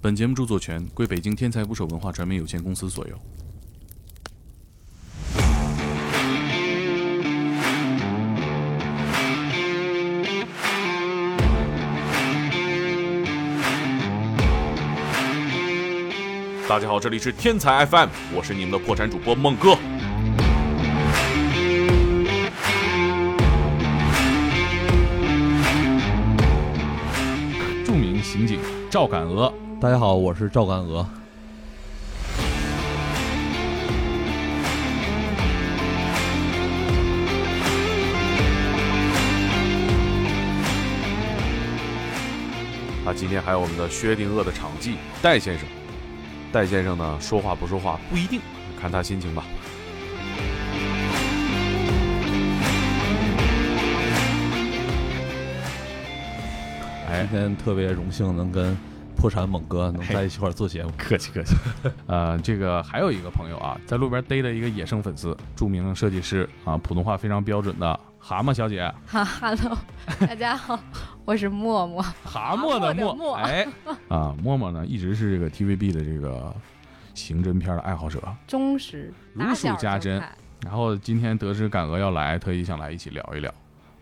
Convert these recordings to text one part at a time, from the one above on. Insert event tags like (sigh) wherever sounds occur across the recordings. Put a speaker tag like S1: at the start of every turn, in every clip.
S1: 本节目著作权归北京天才捕手文化传媒有限公司所有。
S2: 大家好，这里是天才 FM，我是你们的破产主播孟哥。
S1: 著名刑警赵敢鹅，
S3: 大家好，我是赵干鹅。
S2: 啊，今天还有我们的薛定谔的场记戴先生，戴先生呢说话不说话不一定，看他心情吧。
S3: 今天特别荣幸能跟破产猛哥能在一块儿做节目，
S1: 客气客气。 (laughs) 呃，这个还有一个朋友啊，在路边逮了一个野生粉丝，著名设计师啊，普通话非常标准的蛤蟆小姐，
S4: 哈哈
S1: (laughs)
S4: 喽，大家好，我是默默。
S1: 蛤蟆的
S4: 蛤蟆的
S1: 蟆，
S4: 蟆
S1: 哎，啊，默默呢一直是这个 TVB 的这个刑侦片的爱好者，
S4: 忠实，
S1: 如
S4: 打
S1: 数
S4: 小
S1: 家
S4: 就
S1: 珍
S4: 看
S1: 然后今天得知敢鹅要来，特意想来一起聊一聊，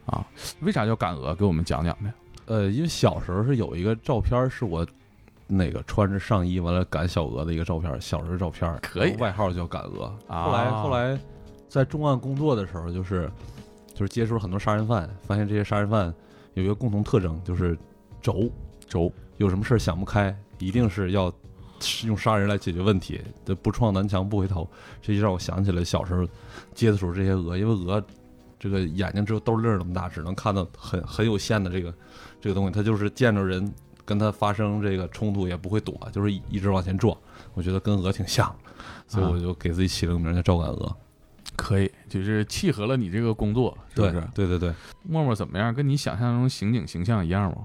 S1: 啊，为啥叫敢鹅？给我们讲讲呗。
S3: 呃，因为小时候是有一个照片儿，是我那个穿着上衣完了赶小鹅的一个照片儿，小时候照片儿
S1: 可以
S3: 然后外号叫赶鹅。
S1: 啊
S3: 后来后来在重案工作的时候，就是就是接触了很多杀人犯，发现这些杀人犯有一个共同特征，就是轴轴，有什么事儿想不开，一定是要。用杀人来解决问题，这不撞南墙不回头，这就让我想起了小时候接触这些鹅，因为鹅这个眼睛只有豆粒儿那么大，只能看到很很有限的这个这个东西，它就是见着人跟它发生这个冲突也不会躲，就是一一直往前撞。我觉得跟鹅挺像，所以
S1: 啊
S3: 我就给自己起了个名叫赵敢鹅。
S1: 可以，就是契合了你这个工作，是不
S3: 对
S1: 是？
S3: 对对对，
S1: 默默怎么样？跟你想象中刑警形象一样吗？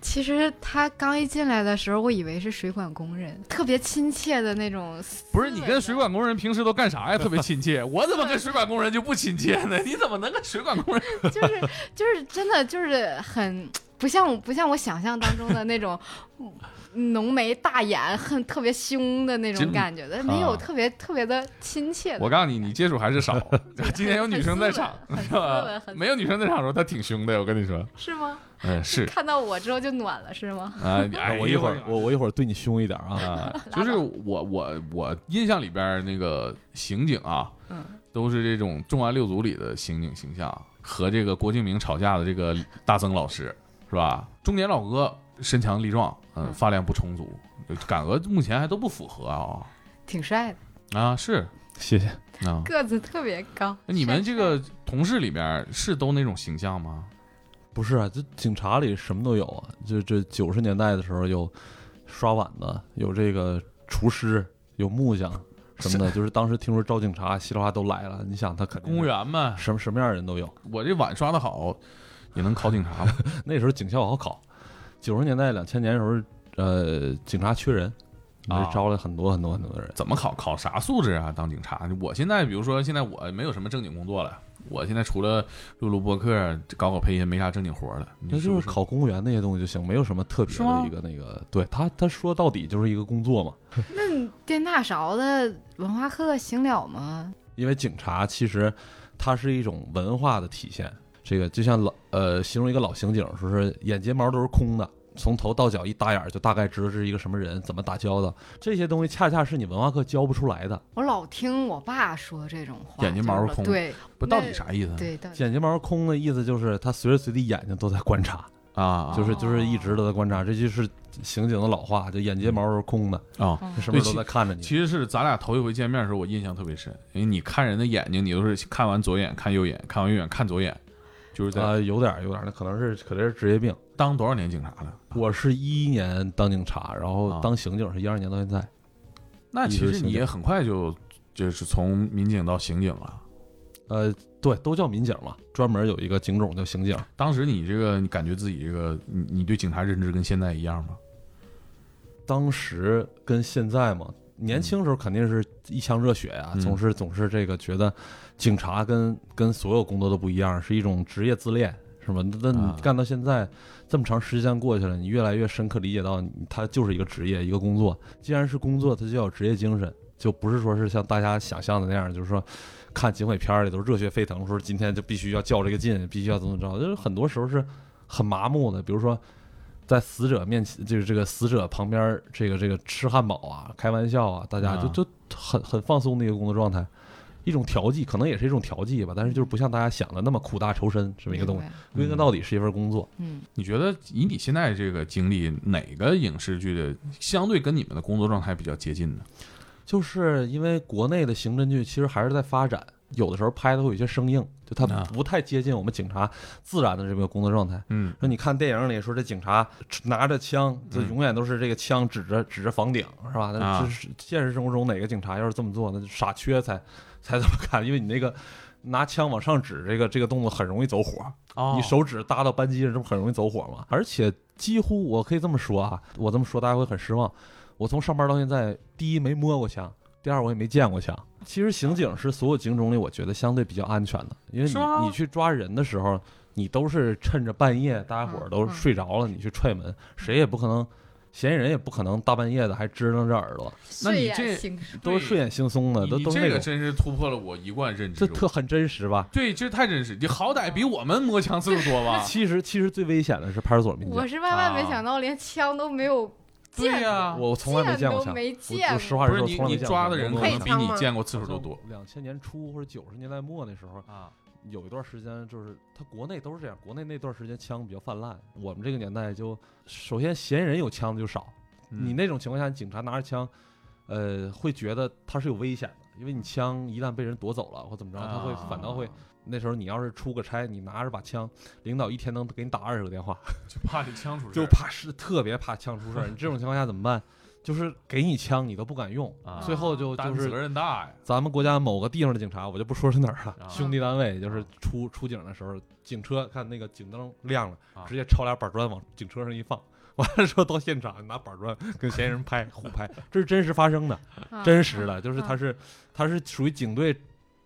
S4: 其实他刚一进来的时候，我以为是水管工人，特别亲切的那种斯文的。
S1: 不是，你跟水管工人平时都干啥呀？特别亲切。我怎么跟水管工人就不亲切呢？你怎么能跟水管工人？
S4: 就是就是真的就是很不像我不像我想象当中的
S1: (laughs)
S4: 那种浓眉大眼、很特别凶的那
S1: 真
S4: 种感觉的，没有
S1: 啊
S4: 特别特别的亲切的。
S1: (laughs) 我告诉你，你接触还是 (laughs) 少。今天有女生在场，
S4: 很
S1: 是
S4: 斯文
S1: 吧
S4: 很斯文很斯？文
S1: 没有女生在场的时候，他挺凶的。我跟你说，
S4: 是吗？
S1: 嗯，是
S4: 看到我之后就暖了是吗？
S1: 啊，哎
S3: (laughs) 我一会儿
S1: 呀
S3: 我我一会儿对你凶一点啊。
S1: 啊，
S4: (laughs)
S1: 就是我我我印象里边儿那个刑警啊，
S4: 嗯，
S1: 都是这种重案六组里的刑警形象，和这个郭敬明吵架的这个大曾老师是吧？中年老哥身强力壮，嗯，
S4: 嗯
S1: 发量不充足，感鹅目前还都不符合啊
S4: 挺帅的，
S1: 啊是
S3: 谢谢。
S1: 啊，
S4: 个子特别高。
S1: 那你们
S4: 帅
S1: 这
S4: 帅
S1: 个同事里边儿是都那种形象吗？
S3: 不是啊，这警察里什么都有啊。这这九十年代的时候有刷碗的，有这个厨师，有木匠什么的。就是当时听说招警察，稀里哗啦都来了。你想他肯定
S1: 公务员嘛，
S3: 什么什么样的人都有。
S1: 我这碗刷的好，也能考警察吗？
S3: 那时候警校好考，九十年代两千年的时候，呃，警察缺人，
S1: 啊
S3: 招了很多很多很多的人。
S1: 怎么考？考啥素质啊？当警察？我现在比如说，现在我没有什么正经工作了，我现在除了录录播客、搞搞配音，没啥正经活了。你
S3: 那
S1: 是
S3: 就
S1: 不
S3: 是考公务员那些东西就行，没有什么特别
S1: 是吗
S3: 的一个那个。对他，他说到底就是一个工作嘛。
S4: 那电大勺的文化课行了吗？
S3: 因为警察其实它是一种文化的体现。这个就像老呃，形容一个老刑警，说是眼睫毛都是空的，从头到脚一打眼儿就大概知道是一个什么人，怎么打交道，这些东西恰恰是你文化课教不出来的。
S4: 我老听我爸说这种话，
S1: 眼睛毛
S4: 就是
S1: 空
S4: 对
S1: 不到底啥意
S3: 嗯
S1: 思？
S4: 对的，
S3: 眼睫毛空的意思就是他随时随地眼睛都在观察，
S1: 啊，
S3: 就是
S1: 啊
S3: 就是一直都在观察，这就是刑警的老话，就眼睫毛是空的，
S1: 啊。
S4: 嗯
S3: 什么时候都在看着你。
S1: 其实是咱俩头一回见面的时候，我印象特别深，因为你看人的眼睛，你都是看完左眼看右眼，看完右眼看左眼，就是在
S3: 呃，有点儿有点儿，那可能是可能是职业病。
S1: 当多少年警察了？
S3: 我是一一年当警察，然
S1: 啊
S3: 后当刑警是一二年到现在。
S1: 那其
S3: 一直
S1: 实
S3: 是
S1: 你也很快就就是从民警到刑警了。
S3: 呃，对，都叫民警嘛，专门有一个警种叫刑警。
S1: 当时你这个，你感觉自己这个，你你对警察认知跟现在一样吗？
S3: 当时跟现在嘛，年轻时候肯定是一腔热血呀、
S1: 嗯
S3: 总是总是这个觉得警察跟跟所有工作都不一样，是一种职业自恋，是是吧？那那
S2: 啊
S3: 你干到现在这么长时间过去了，你越来越深刻理解到，你它就是一个职业，一个工作。既然是工作，它就要有职业精神，就不是说是像大家想象的那样，就是说看警匪片儿里都是热血沸腾，说今天就必须要较这个劲，必须要怎么着，就是很多时候是很麻木的。比如说，在死者面前，就是这个死者旁边儿，这个这个吃汉堡啊，开玩笑啊，大家就
S1: 啊
S3: 就很很放松的一个工作状态。一种调剂，可能也是一种调剂吧，但是就是不像大家想的那么苦大仇深这么一个东西
S4: 明。白
S3: 归根到底是一份工作。
S4: 嗯，
S1: 你觉得以你现在这个经历，哪个影视剧的相对跟你们的工作状态比较接近呢？
S3: 就是因为国内的刑侦剧其实还是在发展，有的时候拍的会有一些生硬，就它
S1: 啊
S3: 不太接近我们警察自然的这么个工作状态。
S1: 嗯
S3: 说你看电影里说这警察拿着枪，就
S1: 嗯
S3: 永远都是这个枪指着指着房顶，是吧？那
S1: 啊
S3: 就是现实生活中哪个警察要是这么做，那就傻缺才才这么干，因为你那个拿枪往上指这个这个动作很容易走火，
S1: 哦
S3: 你手指搭到扳机上，这不很容易走火吗？而且几乎我可以这么说啊，我这么说大家会很失望。我从上班到现在，第一没摸过枪，第二我也没见过枪。其实刑警是所有警种里我觉得相对比较安全的，因为
S1: 是吗
S3: 你你去抓人的时候，你都是趁着半夜大家伙儿都
S4: 嗯嗯
S3: 睡着了，你去踹门，谁也不可能，嫌疑人也不可能大半夜的还支棱着耳朵，
S1: 那你
S4: 睡眼
S1: 这
S4: 惺忪
S3: 都是睡眼惺忪的，
S1: 你
S3: 都
S1: 你
S3: 都是
S1: 这
S3: 那
S1: 个
S3: 种，
S1: 真是突破了我一贯认知
S3: 这
S1: 中。
S3: 特很真实吧？
S1: 对，这太真实。你好歹比我们摸枪次数多
S3: (laughs)
S1: 吧？
S3: 其实其实最危险的是派出所民
S4: 我
S3: 警，
S4: 是万万没想到，连枪都没有
S1: 对
S4: 见过，
S1: 呀、
S3: 我啊从来没见过
S4: 见都
S3: 枪，
S4: 没
S3: 我
S4: 见
S3: 我
S4: 过
S3: 实话
S1: 不
S3: 实
S1: 是
S3: 说，
S1: 你你
S3: 从来没见过
S1: 抓的
S3: 枪
S1: 人
S3: 我
S1: 可
S3: 没
S1: 能
S3: 见过
S1: 比你见过次数都多
S3: 两千年初或者九十年代末那时候，
S1: 啊。
S3: 有一段时间就是他国内都是这样，国内那段时间枪比较泛滥，我们这个年代就首先嫌疑人有枪的就少，
S1: 嗯
S3: 你那种情况下，警察拿着枪，呃，会觉得他是有危险的，因为你枪一旦被人夺走了或怎么着，他会
S1: 啊
S3: 反倒会。那时候你要是出个差，你拿着把枪，领导一天能给你打二十个电话，
S1: (laughs) 就怕你枪出事
S3: 就
S1: 儿，
S3: 怕是特别怕枪出事儿。你这种情况下怎么办？就是给你枪你都不敢用，
S1: 啊
S3: 最后就
S1: 担
S3: 就
S1: 责
S3: 是
S1: 任大呀。
S3: 咱们国家某个地方的警察，我就不说是哪儿了，
S1: 啊
S3: 兄弟单位就是出出警的时候，警车看那个警灯亮了
S1: 啊，
S3: 直接抄俩板砖往警车上一放， (laughs) 完了之后到现场拿板砖跟嫌疑人拍互
S1: (laughs)
S3: 拍，这是真实发生的，
S4: 啊
S3: 真实的，就是它
S4: 啊
S3: 是它是属于警队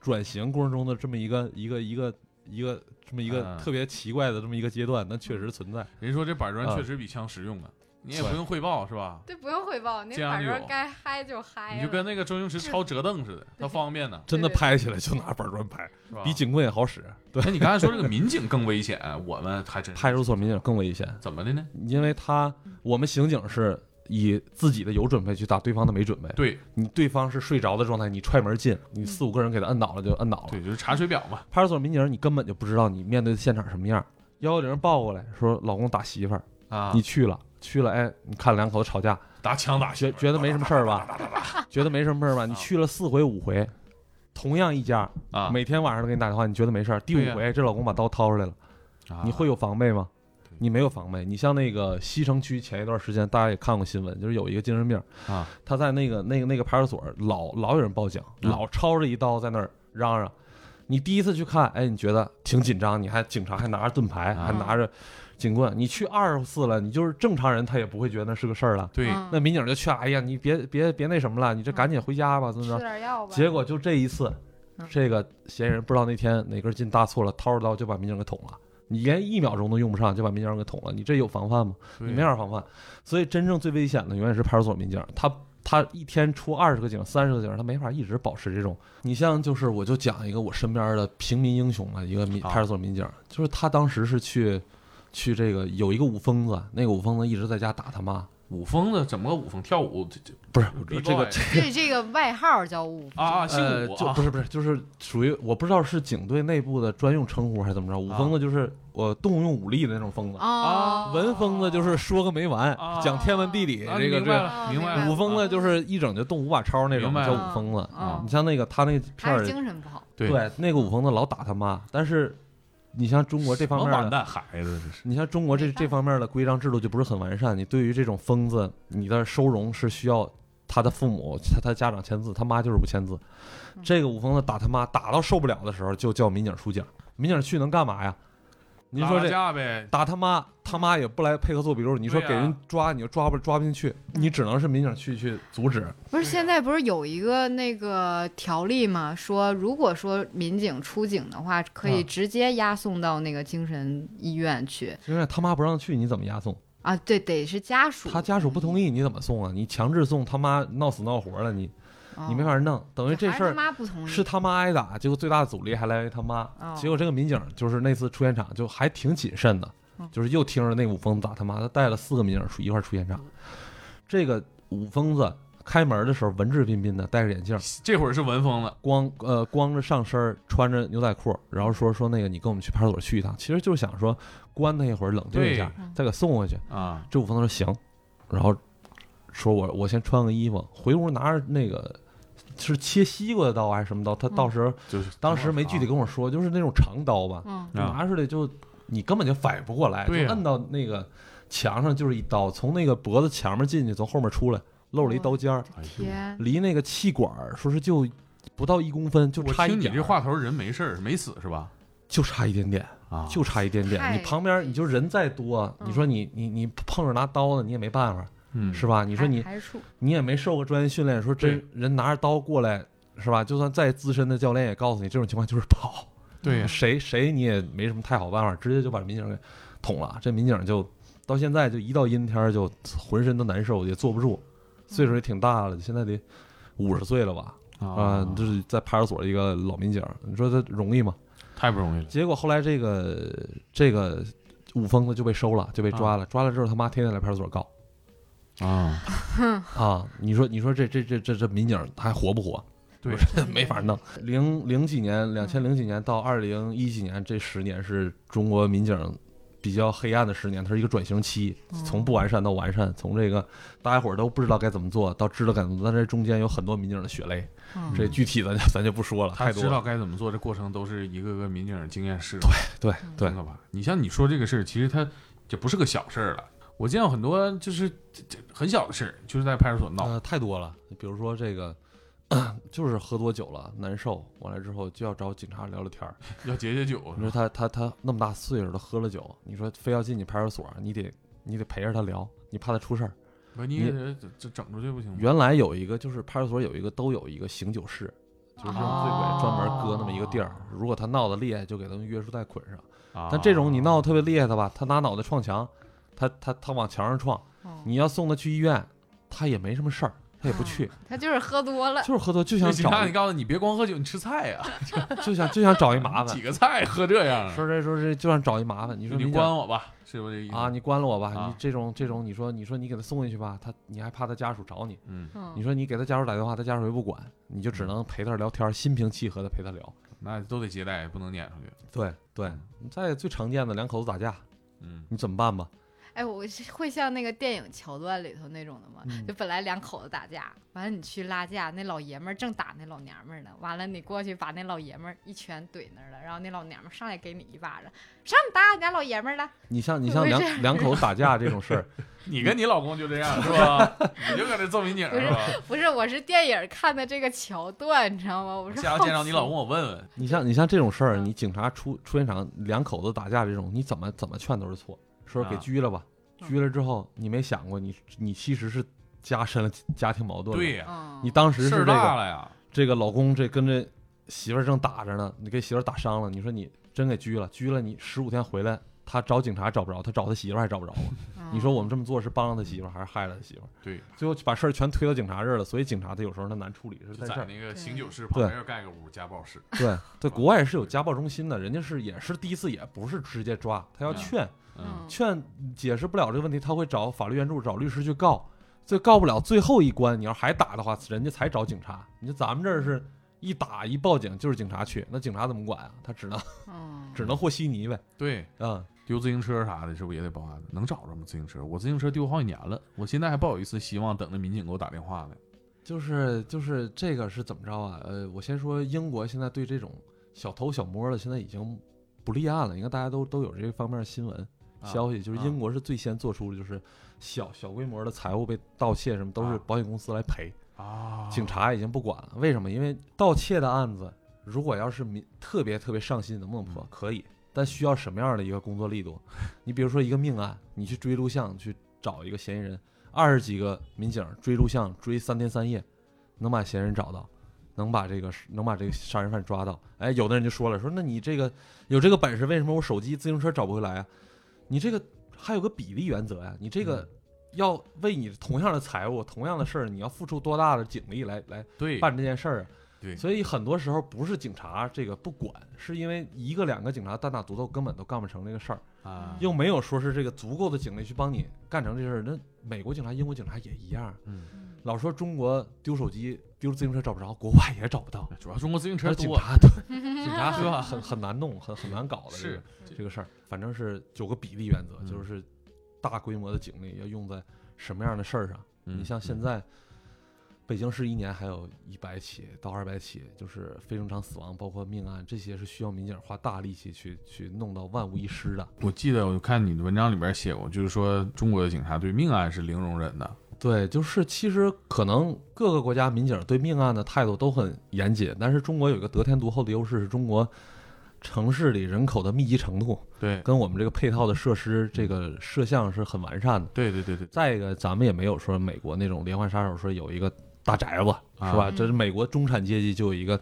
S3: 转型过程中的这么一个一个一个一个这么一个
S1: 嗯
S3: 特别奇怪的这么一个阶段，但确实存在。
S1: 人说这板砖
S3: 啊
S1: 确实比枪实用啊，你也
S3: 对
S1: 不用汇报是吧？
S4: 对，不用汇报，那
S1: 见完
S4: 板
S1: 就
S4: 砖
S1: 有
S4: 该嗨就嗨了，
S1: 你就跟那个周星驰抄折凳似的，他方便呢，
S3: 真的
S4: 对对
S3: 拍起来就拿板砖拍，
S1: 啊是吧？
S3: 比警棍也好使。对，
S1: 哎，你刚才说这个民警更危险，我们还真是
S3: 派出所民警更危险，
S1: 怎么的呢？
S3: 因为他我们刑警是以自己的有准备去打对方的没准备，
S1: 对
S3: 你对方是睡着的状态，你踹门进，你四五个人给他摁倒了就摁倒了。
S1: 嗯对，就是查水表嘛。
S3: 派出所民警你根本就不知道你面对的现场什么样，幺幺零报过来说老公打媳妇儿，
S1: 啊
S3: 你去了。去了，哎，你看两口子吵架，
S1: 打枪打
S3: 觉
S1: 学
S3: 觉得没什么事
S1: (laughs)
S3: 儿吧？觉得没什么事儿吧？你去了四回五回，同样一家，
S1: 啊，
S3: 每天晚上都给你打电话，你觉得没事儿。第
S1: 对
S3: 五
S1: 呀
S3: 回，这老公把刀掏出来了。
S1: 啊
S3: 你会有防备吗
S1: 对？
S3: 你没有防备。你像那个西城区前一段时间，大家也看过新闻，就是有一个精神病
S1: 啊，
S3: 他在那个那个那个派出所老老有人报警，
S1: 嗯
S3: 老抄着一刀在那儿嚷嚷。你第一次去看，哎，你觉得挺紧张，你还警察还拿着盾牌，
S1: 啊
S3: 还拿着警棍。你去二次了，你就是正常人，他也不会觉得那是个事儿了。
S1: 对
S4: 嗯
S3: 那民警就劝，哎呀，你别别别那什么了，你
S1: 嗯
S3: 这赶紧回家吧，怎么着
S4: 吃？点药吧。
S3: 结果就这一次
S4: 嗯，
S3: 这个嫌疑人不知道那天哪根筋搭错了，掏着刀就把民警给捅了。你连一秒钟都用不上，就把民警给捅了，你这有防范吗？
S1: 对
S3: 你没法防范。所以真正最危险的永远是派出所民警，他他一天出二十个警、三十个警，他没法一直保持这种。你像就是我就讲一个我身边的平民英雄吧，一个民
S1: 啊
S3: 派出所民警，就是他当时是去去这个有一个武疯子，那个武疯子一直在家打他妈，
S1: 舞风的怎么个舞风？跳舞这这
S3: 不是
S1: 这
S3: 这个
S4: 这这个外号叫五
S1: 啊啊，姓
S3: 呃，
S1: 武
S3: 就
S1: 啊
S3: 不是不是，就是属于我不知道是警队内部的专用称呼还是怎么着。武
S1: 啊
S3: 疯子就是我动用武力的那种疯子，
S4: 哦，
S3: 啊文疯子就是说个没完，
S1: 啊
S3: 讲天文地理、
S1: 啊
S3: 这个
S1: 明白
S3: 这。
S1: 了，
S4: 哦
S1: 明
S4: 明
S1: 白
S4: 白
S1: 了。
S4: 了
S3: 武疯
S1: 啊
S3: 子就是一整就动五把超那种
S1: 明白
S3: 叫
S1: 了
S3: 武疯子
S4: 啊
S3: 你像那个他那个片
S4: 还
S3: 儿
S4: 是
S3: 里，
S4: 精神不好，
S1: 对，
S3: 对那个武疯子老打他妈，但是你像中国这
S1: 什
S3: 方
S1: 么
S3: 面
S1: 完
S3: 的，
S1: 蛋孩子这是
S3: 你像中国这
S4: 没办法
S3: 这方面的规章制度就不是很完善。你对于这种疯子，你的收容是需要他的父母、他他家长签字，他妈就是不签字。
S4: 嗯
S3: 这个武疯子打他妈打到受不了的时候，就叫民警出警。民警去能干嘛呀？您说
S1: 打打
S3: 这
S1: 架呗，
S3: 打他妈，他妈也不来配合做笔录，你说
S1: 对啊
S3: 给
S1: 呀
S3: 人抓，你又抓不抓不进去，你
S4: 嗯
S3: 只能是民警去去阻止。
S4: 不是现在不是有一个那个条例吗？说如果说民警出警的话，可以
S3: 嗯
S4: 直接押送到那个精神医院去
S3: 因为他妈不让去，你怎么押送？
S4: 啊。对，得是家属，
S3: 他家属不同意，你怎么送啊？你强制送，他妈闹死闹活了，你
S4: 哦，
S3: 你没法弄。等于这
S4: 还是
S3: 事
S4: 他
S3: 儿
S4: 妈不同意，
S3: 是他妈挨打，结果最大的阻力还来源于他妈
S4: 哦。
S3: 结果这个民警就是那次出现场就还挺谨慎的
S4: 嗯，
S3: 就是又听着那五疯子打他妈，他带了四个民警出一块儿出现场。这个五疯子开门的时候文质彬彬的，戴着眼镜，
S1: 这会儿是文风了，
S3: 光呃光着上身儿，穿着牛仔裤，然后说说那个你跟我们去派出所去一趟，其实就是想说关他一会儿，冷静一下
S4: 对嗯，
S3: 再给送回去。
S1: 啊，
S3: 这五峰说行，然后说我我先穿个衣服，回屋拿着那个是切西瓜的刀还是什么刀？他
S4: 嗯
S3: 到时候、
S2: 就是
S3: 当时没具
S1: 啊
S3: 体跟我说，就是那种长刀吧，
S4: 嗯，
S2: 啊
S3: 拿出来就你根本就反应不过来，就
S1: 对呀
S3: 摁到那个墙上就是一刀，从那个脖子前面进去，从后面出来，露了一刀尖儿，
S1: 哎呦
S4: 天，
S3: 离那个气管儿说是就不到一公分，就
S1: 我
S3: 差一
S1: 听你
S3: 点儿，
S1: 这话头，人没事儿，没死是吧？
S3: 就差一点点。
S1: 啊，
S3: 就差一点点，
S4: 太
S3: 你旁边你就人再多，
S4: 嗯
S3: 你说你你你碰着拿刀的你也没办法，
S1: 嗯
S3: 是吧？你
S4: 你
S3: 说你
S4: 还是处
S3: 你也没受过专业训练，说这
S1: 对
S3: 人拿着刀过来是吧？就算再资深的教练也告诉你，这种情况就是跑，
S1: 对呀，
S3: 谁谁你也没什么太好办法，直接就把民警给捅了。这民警就到现在就一到阴天儿就浑身都难受，也坐不住，岁
S4: 嗯
S3: 数也挺大了，现在得五十岁了吧？啊，这是在派出所一个老民警，你说他容易吗？
S1: 太不容易了，
S3: 结果后来这个这个五疯子就被收了，就被抓了。抓了之后，他妈天天来派出所告嗯
S1: 啊，
S3: 啊！你说，你说这这这这这民警还活不活？
S1: 对，
S4: (laughs)
S3: 没法弄。零零几年，两千零几年到二零一几年这十年是中国民警比较黑暗的十年，它是一个转型期，从不完善到完善，从这个大家伙儿都不知道该怎么做到知道该怎么做，但这中间有很多民警的血泪，
S4: 嗯
S3: 这具体咱就 (laughs) 咱就不说了，
S1: 他
S3: 啊太多
S1: 知
S3: 了。
S1: 道该怎么做，这过程都是一个个民警经验式的，
S3: 对
S4: 嗯
S3: 对
S1: 很，可怕。你像你说这个事儿，其实它这不是个小事儿了。我见到很多就是这这很小的事儿，就是在派出所闹，
S3: 呃，太多了。比如说这个， (clears throat) 就是喝多酒了，难受，完了之后就要找警察聊聊天儿。
S1: 要解解酒
S3: 你，说他他他那么大岁数了，喝了酒，你说非要进你派出所，你得你得陪着他聊，你怕他出事儿。
S1: 把你
S3: 你
S1: 给这这整出去不行吗？
S3: 原来有一个就是派出所有一个都有一个醒酒室，就是这种醉
S4: 哦
S3: 鬼专门搁那么一个地儿。如果他闹得厉害，就给他们约束带捆上。
S1: 啊
S3: 但这种你闹得特别厉害的吧，他拿脑袋撞墙，他他他往墙上撞，
S4: 哦
S3: 你要送他去医院，他也没什么事儿，他也不去，
S4: 嗯他就是喝多
S3: (laughs)
S4: 了，
S3: 就是喝多就
S1: 就 (laughs)
S3: 想
S1: 警察，
S3: 找
S1: 你告诉你别光喝酒，你吃菜呀，
S3: 就想就想找
S1: (laughs)
S3: 一麻烦
S1: 几，个菜喝这样，啊
S3: 说这说这就想找一麻烦。你说
S1: 你
S3: 民警
S1: 关我吧，是不是这意思
S3: 啊，？你关了我吧，
S1: 啊
S3: 你这种这种，你说你说你给他送进去吧，他你还怕他家属找你，
S1: 嗯，
S4: 嗯
S3: 你说你给他家属打电话，他家属又不管，你就只能陪他聊天，心平气和的陪他聊。
S1: 那都得接待，不能撵出去。
S3: 对对，再最常见的两口子打架，
S1: 嗯，
S3: 你怎么办吧？
S4: 哎，我是会像那个电影桥段里头那种的吗？
S3: 嗯
S4: 就本来两口子打架，完了你去拉架，那老爷们儿正打那老娘们儿呢，完了你过去把那老爷们儿一拳怼那儿了，然后那老娘们儿上来给你一巴掌，上你打俺家老爷们儿了， (laughs)
S3: 你像你
S4: 我
S3: 像
S4: 也
S3: 两
S4: 是
S3: 两口子打架这种事
S4: (laughs)
S3: 儿，
S1: 你跟你老公就这样是
S3: (laughs)
S1: 吧？你就搁这揍民警
S4: 不是
S1: 是吧？
S4: 不是，我是电影看的这个桥段，你知道吗？我说
S1: 下次见着你老公，我问问。
S3: 你像你像这种事儿，
S4: 嗯
S3: 你警察出出现场两口子打架这种，你怎么怎么劝都是错，说给
S1: 啊
S3: 拘了吧，
S4: 嗯
S3: 拘了之后你没想过你你其实是加深了家庭矛盾，
S1: 对，呀，
S4: 嗯，
S3: 你当时是
S1: 事
S3: 这
S1: 儿
S3: 个
S1: 大了呀，
S3: 这个老公这跟这媳妇儿正打着呢，你给媳妇儿打伤了，你说你真给拘了，拘了你十五天回来，他找警察找不着，他找他媳妇儿还找不着我，
S4: 嗯
S3: 你说我们这么做是帮了他媳妇儿还是害了他媳妇儿？
S1: 对，
S3: 最后把事儿全推到警察这儿了，所以警察他有时候他难处理
S1: 就
S3: 是在这
S1: 在
S3: 儿。
S1: 那啊个
S4: 对
S1: 醒酒室旁边又盖个屋，家暴室。
S3: 对对，国外是有家暴中心的，人家是也是第一次也不是直接抓，他要
S1: 嗯
S3: 劝
S1: 嗯，
S4: 嗯
S3: 劝解释不了这个问题，他会找法律援助，找律师去告，这告不了最后一关，你要还打的话，人家才找警察。你说咱们这儿是一打一报警就是警察去，那警察怎么管啊？他只能
S4: 嗯
S3: 只能和稀泥呗。
S1: 对，
S3: 嗯，
S1: 丢自行车啥的，是不是也得报案？能找着吗？自行车，我自行车丢好几年了，我现在还抱有一丝希望，等着民警给我打电话呢。
S3: 就是就是这个是怎么着啊？呃，我先说英国现在对这种小偷小摸的现在已经不立案了，应该大家都都有这方面的新闻。
S1: 啊
S3: 消息，就是
S1: 啊
S3: 英国是最先做出的，就是小小规模的财务被盗窃什么，都是
S1: 啊
S3: 保险公司来赔，
S1: 啊，
S3: 警察已经不管了。
S1: 嗯
S3: 为什么？因为盗窃的案子，如果要是民特别特别上心，能不能破？可以，但需要什么样的一个工作力度？你比如说一个命案，你去追录像去找一个嫌疑人，二十几个民警追录像追三天三夜，能把嫌疑人找到，能把这个能把这个杀人犯抓到。哎，有的人就说了，说那你这个有这个本事，为什么我手机、自行车找不回来啊？你这个还有个比例原则呀、你这个要为你同样的财物、同样的事儿，你要付出多大的警力来来
S1: 对，
S3: 办这件事儿啊。
S1: 对
S3: 所以很多时候不是警察这个不管，是因为一个两个警察单打独斗根本都干不成这个事儿，
S1: 啊，
S3: 又没有说是这个足够的警力去帮你干成这事儿。那美国警察、英国警察也一样，
S4: 嗯
S3: 老说中国丢手机、丢自行车找不着，国外也找不到。
S1: 主要中国自行 (laughs) 车
S3: 而警
S1: 多，啊
S3: 察对警察很
S1: (laughs)
S3: (laughs) 很很难弄，很很难搞的这个
S1: 是
S3: 这个事儿。反正是有个比例原则，
S2: 嗯
S3: 就是大规模的警力要用在什么样的事儿上。
S1: 嗯
S3: 你像现在，北京市一年还有一百起到二百起，就是非正常死亡，包括命案，这些是需要民警花大力气去去弄到万无一失的。
S1: 我记得我看你的文章里边写过，就是说中国的警察对命案是零容忍的，
S3: 对，就是其实可能各个国家民警对命案的态度都很严谨，但是中国有一个得天独厚的优势，是中国城市里人口的密集程度
S1: 对，
S3: 跟我们这个配套的设施、这个摄像是很完善的。
S1: 对对对对，
S3: 再一个，咱们也没有说美国那种连环杀手说有一个大宅子、
S1: 啊
S3: 是吧？
S4: 嗯
S3: 这是美国中产阶级就有一个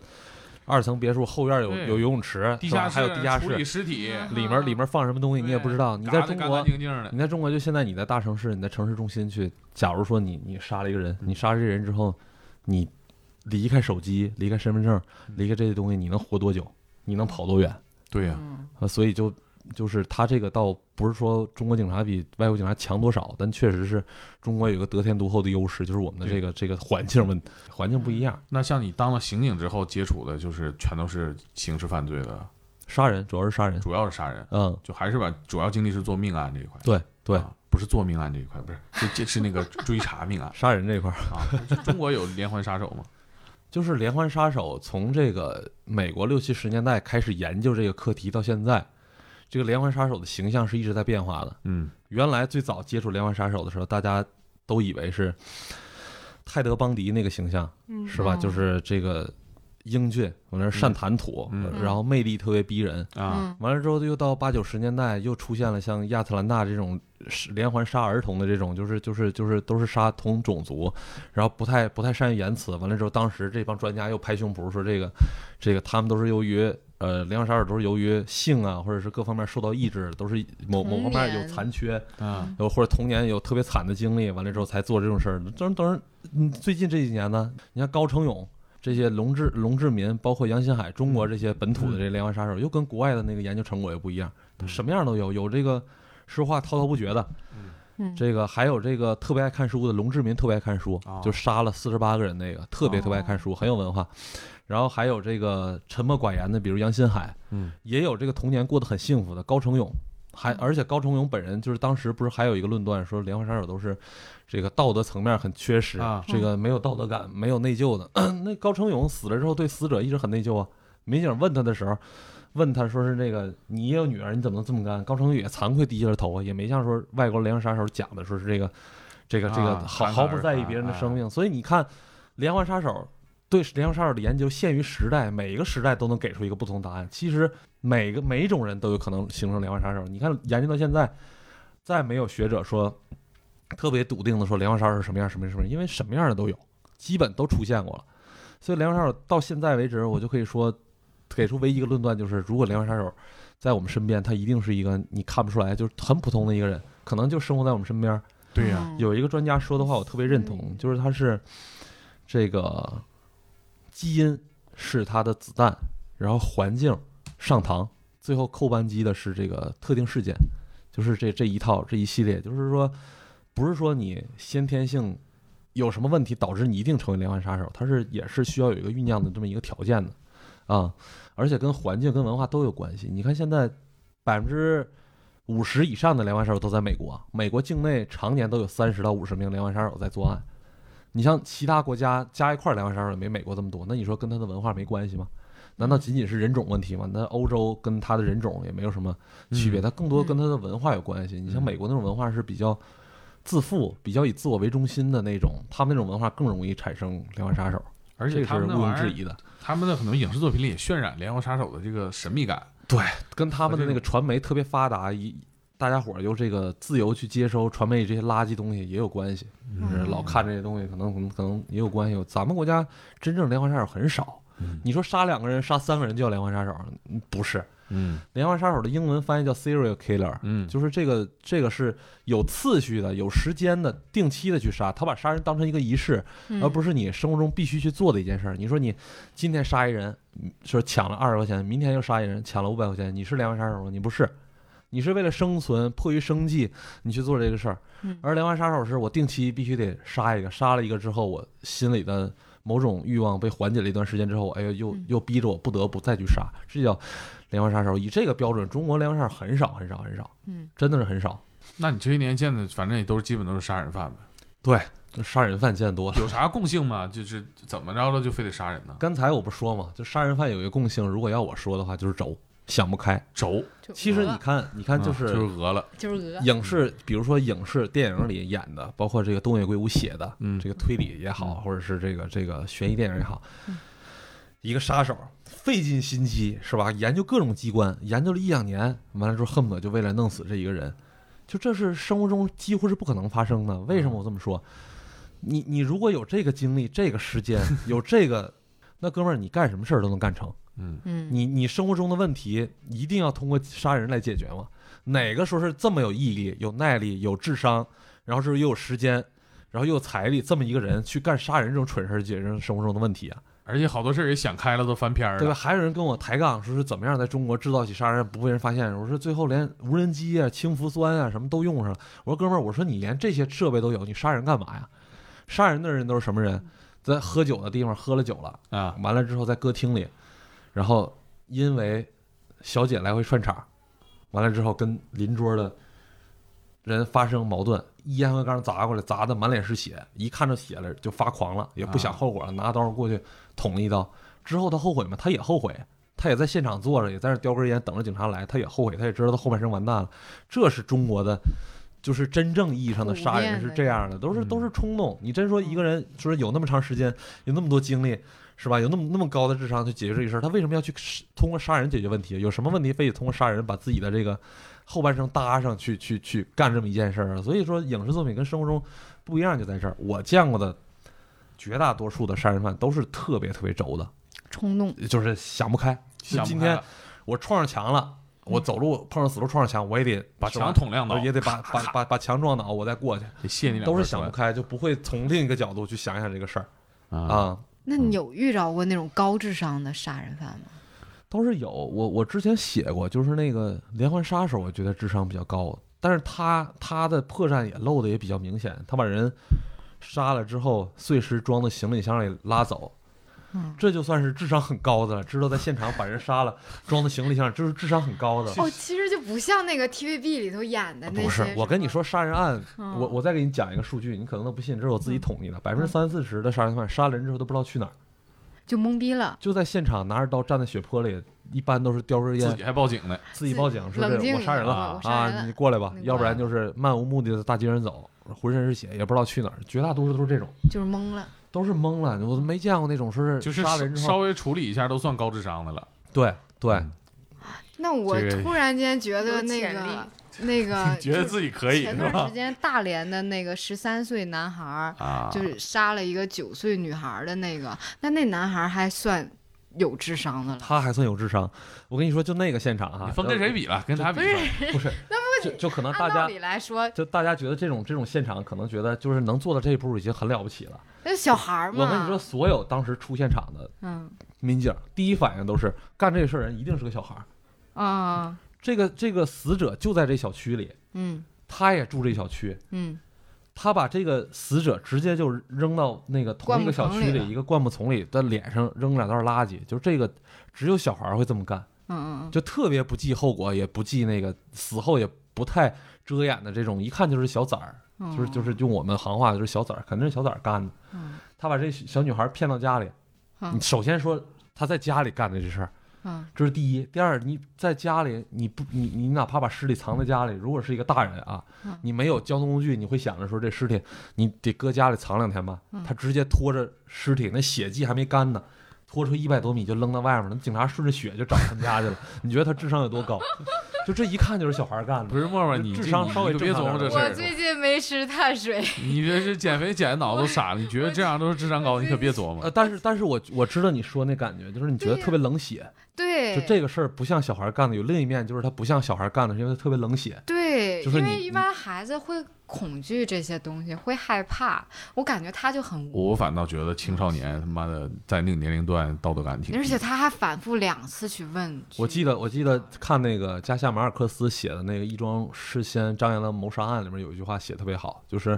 S3: 二层别墅，后院有
S1: 对
S3: 有游泳池，
S1: 地
S3: 是吧
S1: 下室
S3: 还有地下
S1: 处理
S3: 室，
S1: 尸体，
S4: 嗯
S3: 里面里面放什么东西
S1: 对
S3: 你也不知道。你在
S1: 嘎得
S3: 中
S1: 干
S3: 国
S1: 干，净净的
S3: 你，在中国就现在你在大城市，你在城市中心去，假如说你你杀了一个人，你杀了这人之后，你离开手机，离开身份证，离开这些东西，你能活多久？你能跑多远？
S1: 对呀、
S4: 嗯
S3: 啊，所以就就是他这个倒不是说中国警察比外国警察强多少，但确实是中国有一个得天独厚的优势，就是我们的这个这个环境问环境不一样。
S1: 那像你当了刑警之后接触的，就是全都是刑事犯罪的，
S3: 杀人主要是杀人，
S1: 主要是杀人，
S3: 嗯，
S1: 就还是把主要精力是做命案这一块。
S3: 对对，
S1: 啊不是做命案这一块，不是，就这是
S3: (laughs)
S1: 那个追查命案
S3: 杀人这块儿
S1: 啊。中国有连环杀手吗？
S3: 就是连环杀手从这个美国六七十年代开始研究这个课题到现在，这个连环杀手的形象是一直在变化的。
S1: 嗯，
S3: 原来最早接触连环杀手的时候，大家都以为是泰德·邦迪那个形象。
S4: 嗯
S3: 是吧？
S4: 嗯
S3: 就是这个英俊，我那善谈吐，
S1: 嗯
S3: 呃然后魅力特别逼人。
S1: 啊，
S4: 嗯
S3: 完了之后，又到八九十年代，又出现了像亚特兰大这种是连环杀儿童的这种，就是就是就是都是杀同种族，然后不太不太善于言辞。完了之后，当时这帮专家又拍胸脯说这个这个他们都是由于呃连环杀手都是由于性啊或者是各方面受到抑制，都是某某方
S4: 童
S3: 面有
S4: 年
S3: 残缺，
S1: 啊，
S3: 有或者童年有特别惨的经历，完了之后才做这种事儿。当然，当然，嗯，最近这几年呢，你看高成勇这些龙志龙志民，包括杨新海，中
S1: 嗯
S3: 国这些本土的这连环杀手，又跟国外的那个研究成果也不一样，
S1: 嗯
S3: 什么样都有，有这个说话滔滔不绝的，
S4: 嗯
S3: 这个还有这个特别爱看书的龙志民，特别爱看书
S1: 哦，
S3: 就杀了四十八个人那个，特别特别爱看书，很有文化。然后还有这个沉默寡言的，比如杨新海，
S2: 嗯，
S3: 也有这个童年过得很幸福的高成勇，还
S4: 嗯
S3: 而且高成勇本人就是当时不是还有一个论断说连环杀手都是这个道德层面很缺失
S1: 啊
S3: 这个没有道德感、没有内疚的。 (clears throat) 那高成勇死了之后对死者一直很内疚啊，民警问他的时候。问他说是那个你也有女儿，你怎么能这么干？高成勇也惭愧低下了头啊，也没像说外国连环杀手讲的说是这个，这个这个
S1: 啊
S3: 毫
S1: 侃侃
S3: 毫不
S1: 而
S3: 在意
S1: 谈
S3: 别人的
S1: 哎
S3: 生命。所以你看，连环杀手对连环杀手的研究限于时代，每一个时代都能给出一个不同答案。其实每个每一种人都有可能形成连环杀手。你看研究到现在，再没有学者说特别笃定的说连环杀手是什么样什么样什么样，因为什么样的都有，基本都出现过了。所以连环杀手到现在为止，我就可以说给出唯一一个论断就是，如果连环杀手在我们身边，他一定是一个你看不出来，就是很普通的一个人，可能就生活在我们身边。
S1: 对呀、
S4: 嗯
S3: 有一个专家说的话，我特别认同
S4: 嗯，
S3: 就是他是这个基因是他的子弹，然后环境、上膛，最后扣扳机的是这个特定事件，就是这这一套这一系列，就是说不是说你先天性有什么问题导致你一定成为连环杀手，它是也是需要有一个酝酿的这么一个条件的啊，而且跟环境跟文化都有关系。你看现在百分之五十以上的连环杀手都在美国，美国境内常年都有三十到五十名连环杀手在作案。你像其他国家加一块儿连环杀手也没美国这么多，那你说跟他的文化没关系吗？难道仅仅是人种问题吗？那欧洲跟他的人种也没有什么区别，
S1: 嗯
S3: 它更多跟他的文化有关系。你像
S1: 嗯
S3: 美国那种文化是比较自负、比较以自我为中心的那种，他们那种文化更容易产生连环杀手，
S1: 而
S3: 这
S1: 且
S3: 个
S1: 他
S3: 是
S1: 们那
S3: 毋庸
S1: 玩
S3: 置
S1: 意儿，
S3: 疑的。
S1: 他们的很多影视作品里也渲染连环杀手的这个神秘感，
S3: 跟他们的那个传媒特别发达，一大家伙儿由这个自由去接收传媒这些垃圾东西也有关系，就是
S1: 嗯
S3: 老看这些东西，可能可能可能也有关系。咱们国家真正连环杀手很少，
S1: 嗯
S3: 你说杀两个人、杀三个人就叫连环杀手，嗯不是？
S2: 嗯
S3: 连环杀手的英文翻译叫 serial killer，
S2: 嗯
S3: 就是这个这个是有次序的、有时间的、定期的去杀。他把杀人当成一个仪式，而啊不
S4: 是
S3: 是你生活中必须去做的一件事儿。你说你今天杀一人，嗯说抢了二十块钱，明天又杀一人，抢了五百块钱，你是连环杀手吗？你不是，你是为了生存，迫于生计，你去做这个事儿
S4: 嗯。
S3: 而连环杀手是我定期必须得杀一个，杀了一个之后，我心里的某种欲望被缓解了一段时间之后，哎呦，又
S4: 嗯
S3: 又逼着我不得不再去杀，这叫连环杀手。以这个标准，中国连环杀手很少很少很少，
S4: 嗯
S3: 真的是很少。
S1: 那你这些年见的，反正也都是基本都是杀人犯呗，
S3: 杀人犯见得多了。 (laughs)
S1: 有啥共性吗？就是怎么着了就非得杀人呢？
S3: 刚才我不说嘛，就杀人犯有一个共性，如果要我说的话，就是轴，想不开。
S1: 轴，
S4: 就
S3: 其实你
S4: 鹅
S3: 看，你看，就
S1: 嗯就是是讹了，
S4: 就是鹅，
S3: 影视，比如说影视、电影里演的，包括这个东野圭吾写的，
S1: 嗯
S3: 这个推理也好，或者是这个这个悬疑电影也好，一个杀手费尽心机是吧？研究各种机关，研究了一两年，完了之后恨不得就为了弄死这一个人，就这是生活中几乎是不可能发生的。为什么我这么说？你你如果有这个精力、这个时间、有这个，那哥们儿你干什么事儿都能干成。
S1: 嗯，
S4: 嗯，
S3: 你你生活中的问题一定要通过杀人来解决吗？哪个说是这么有毅力、有耐力、有智商，然后是又有时间，然后又有财力，这么一个人去干杀人这种蠢事儿，解决生活中的问题啊，
S1: 而且好多事儿也想开了，都翻篇儿
S3: 对
S1: 了，
S3: 吧？还有人跟我抬杠，说是怎么样在中国制造起杀人不被人发现？我说最后连无人机啊、氢氟酸啊什么都用上了。我说哥们儿，我说你连这些设备都有，你杀人干嘛呀？杀人的人都是什么人？在喝酒的地方喝了酒了，
S1: 啊，
S3: 完了之后在歌厅里，然后因为小姐来回串场，完了之后跟邻桌的人发生矛盾，一烟灰缸砸过来，砸的满脸是血，一看着血了就发狂了，也不想
S1: 啊
S3: 后果了，拿刀过去捅了一刀。之后他后悔吗？他也后悔，他也在现场坐着，也在那叼根烟等着警察来，他也后悔，他也知道他后半生完蛋了。这是中国的。就是真正意义上的
S4: 普
S3: 杀人
S4: 遍
S3: 是
S4: 的
S3: 这样的，都是都是冲动。你真说一个人，说有那么长时间，有那么多精力，是吧？有那么那么高的智商去解决这个事儿，他为什么要去通过杀人解决问题？有什么问题非得通过杀人把自己的这个后半生搭上去去去干这么一件事儿啊？所以说，影视作品跟生活中不一样就在这儿。我见过的绝大多数的杀人犯都是特别特别轴的，
S4: 冲动，
S3: 就是想不开。
S1: 想不
S3: 今
S1: 开
S3: 天
S1: 了
S3: 我撞上墙了，我走路碰上死路撞上墙，我也得
S1: 把
S3: 是吧
S1: 墙捅两刀
S3: 我，也得把把把把墙撞倒，我再过去，
S1: 得谢你两
S3: 都是
S1: 块
S3: 想不
S1: 砖
S3: 开，就不会从另一个角度去想想这个事儿
S1: 啊，
S3: 啊。
S4: 那你有遇着过那种高智商的杀人犯吗？
S3: 倒是有，我我之前写过，就是那个连环杀手，我觉得智商比较高，但是他他的破绽也露的也比较明显，他把人杀了之后，碎尸装到行李箱里拉走，
S4: 嗯，
S3: 这就算是智商很高的了，知道在现场把人杀了，装到行李箱里，这是智商很高的。
S4: 哦，其实就不像那个 TVB 里头演的
S3: 嗯
S4: 那些
S3: 啊不是
S4: 什，么
S3: 我跟你，说，杀人案，
S4: 嗯
S3: 我我再给你讲一个数据，你可能都不信，这是我自己统计的，百分之三四十的杀人犯杀了人之后都不知道去哪儿，
S4: 就懵逼了，
S3: 就在现场拿着刀站在血泊里，一般都是叼根
S1: 自
S3: 烟
S1: 己还报警呢，
S3: 自己报警，说
S4: 冷静
S3: 这我杀人了。
S4: 了，我杀人
S3: 啊，你
S4: 了，
S3: 过来吧，
S4: 你
S3: 要不
S4: 过来
S3: 然就是漫无目的的大街上走，浑身是血，也不知道去哪儿，绝大多数都是这种，
S4: 就是懵了，
S3: 都是懵了，我都没见过那种说是
S1: 就是
S3: 杀人之
S1: 稍
S3: 后，
S1: 微处理一下都算高智商的了，
S3: 对对
S1: 嗯，
S4: 那我
S1: 这个
S4: 突然间觉得
S5: 有
S4: 那
S5: 潜
S4: 个
S5: 力
S4: 那个
S1: 觉得自己可以
S4: 啊前
S1: 是
S4: 段
S1: 吧
S4: 时？间大连的那个十三岁男孩儿，
S1: 啊，
S4: 就是杀了一个九岁女孩儿的那个，那那男孩儿还算有智商的了。
S3: 他还算有智商。我跟你说，就那个现场哈
S1: 你，分跟谁比了？跟他比
S4: 不是
S1: 吧，
S3: 不是，就就可能大
S4: 按道
S3: 家
S4: 理来说，
S3: 就大家觉得这种这种现场，可能觉得就是能做到这一步已经很了不起了。
S4: 那小孩儿嘛，
S3: 我跟你说，所有当时出现场的
S4: 嗯
S3: 民警，第一反应都是干这事儿人一定是个小孩儿，
S4: 啊
S3: 这个这个死者就在这小区里，
S4: 嗯
S3: 他也住这小区，
S4: 嗯
S3: 他把这个死者直接就扔到那个同一个小区
S4: 灌木丛
S3: 里
S4: 里
S3: 一个灌木丛里，在脸上扔两袋垃圾，就是这个只有小孩儿会这么干，
S4: 嗯嗯嗯，
S3: 就特别不计后果，也不计那个死后也不太遮掩的这种，一看就是小崽儿，
S4: 嗯
S3: 就是就是用我们行话就是小崽儿，肯定是小崽儿干的。
S4: 嗯
S3: 他把这小女孩骗到家里，
S4: 嗯
S3: 你首先说他在家里干的这事儿，
S4: 嗯
S3: 这是第一。第二，你在家里你不你你哪怕把尸体藏在家里，如果是一个大人啊
S4: 嗯，
S3: 你没有交通工具，你会想着说这尸体你得搁家里藏两天吧
S4: 嗯？
S3: 他直接拖着尸体，那血迹还没干呢，拖出一百多米就扔到外面了，那警察顺着血就找他们家去了。 (laughs) 你觉得他智商有多高？ (laughs) 就这一看就是小孩干的
S1: 不。是沫沫，
S3: 这
S1: 你
S3: 智
S1: 这
S3: 商
S1: 你
S3: 稍微
S1: 你就别
S3: 正
S1: 琢
S3: 常
S1: 磨这
S3: 点
S1: 事
S4: 我
S1: 儿了，
S4: 最近没吃碳水，
S1: 你这是减肥减的脑子都傻了。你觉得这样都是智商高，你可别琢磨
S3: 呃，。但是但是我我知道你说那感觉，就是你觉得
S4: 对呀
S3: 特别冷血，
S4: 对，
S3: 就这个事儿不像小孩干的。有另一面就是他不像小孩干的，是因为他特别冷血。
S4: 对，
S3: 就是
S4: 因
S3: 你
S4: 为一
S3: 你
S4: 般孩子会恐惧这些东西，会害怕，我感觉他就很无。
S1: 我反倒觉得青少年他妈的在那个年龄段道德感挺低，
S4: 而且他还反复两次去问，
S3: 我记得我记得看那个加西亚马尔克斯写的那个《一桩事先张扬的谋杀案》里面有一句话写得特别好，就是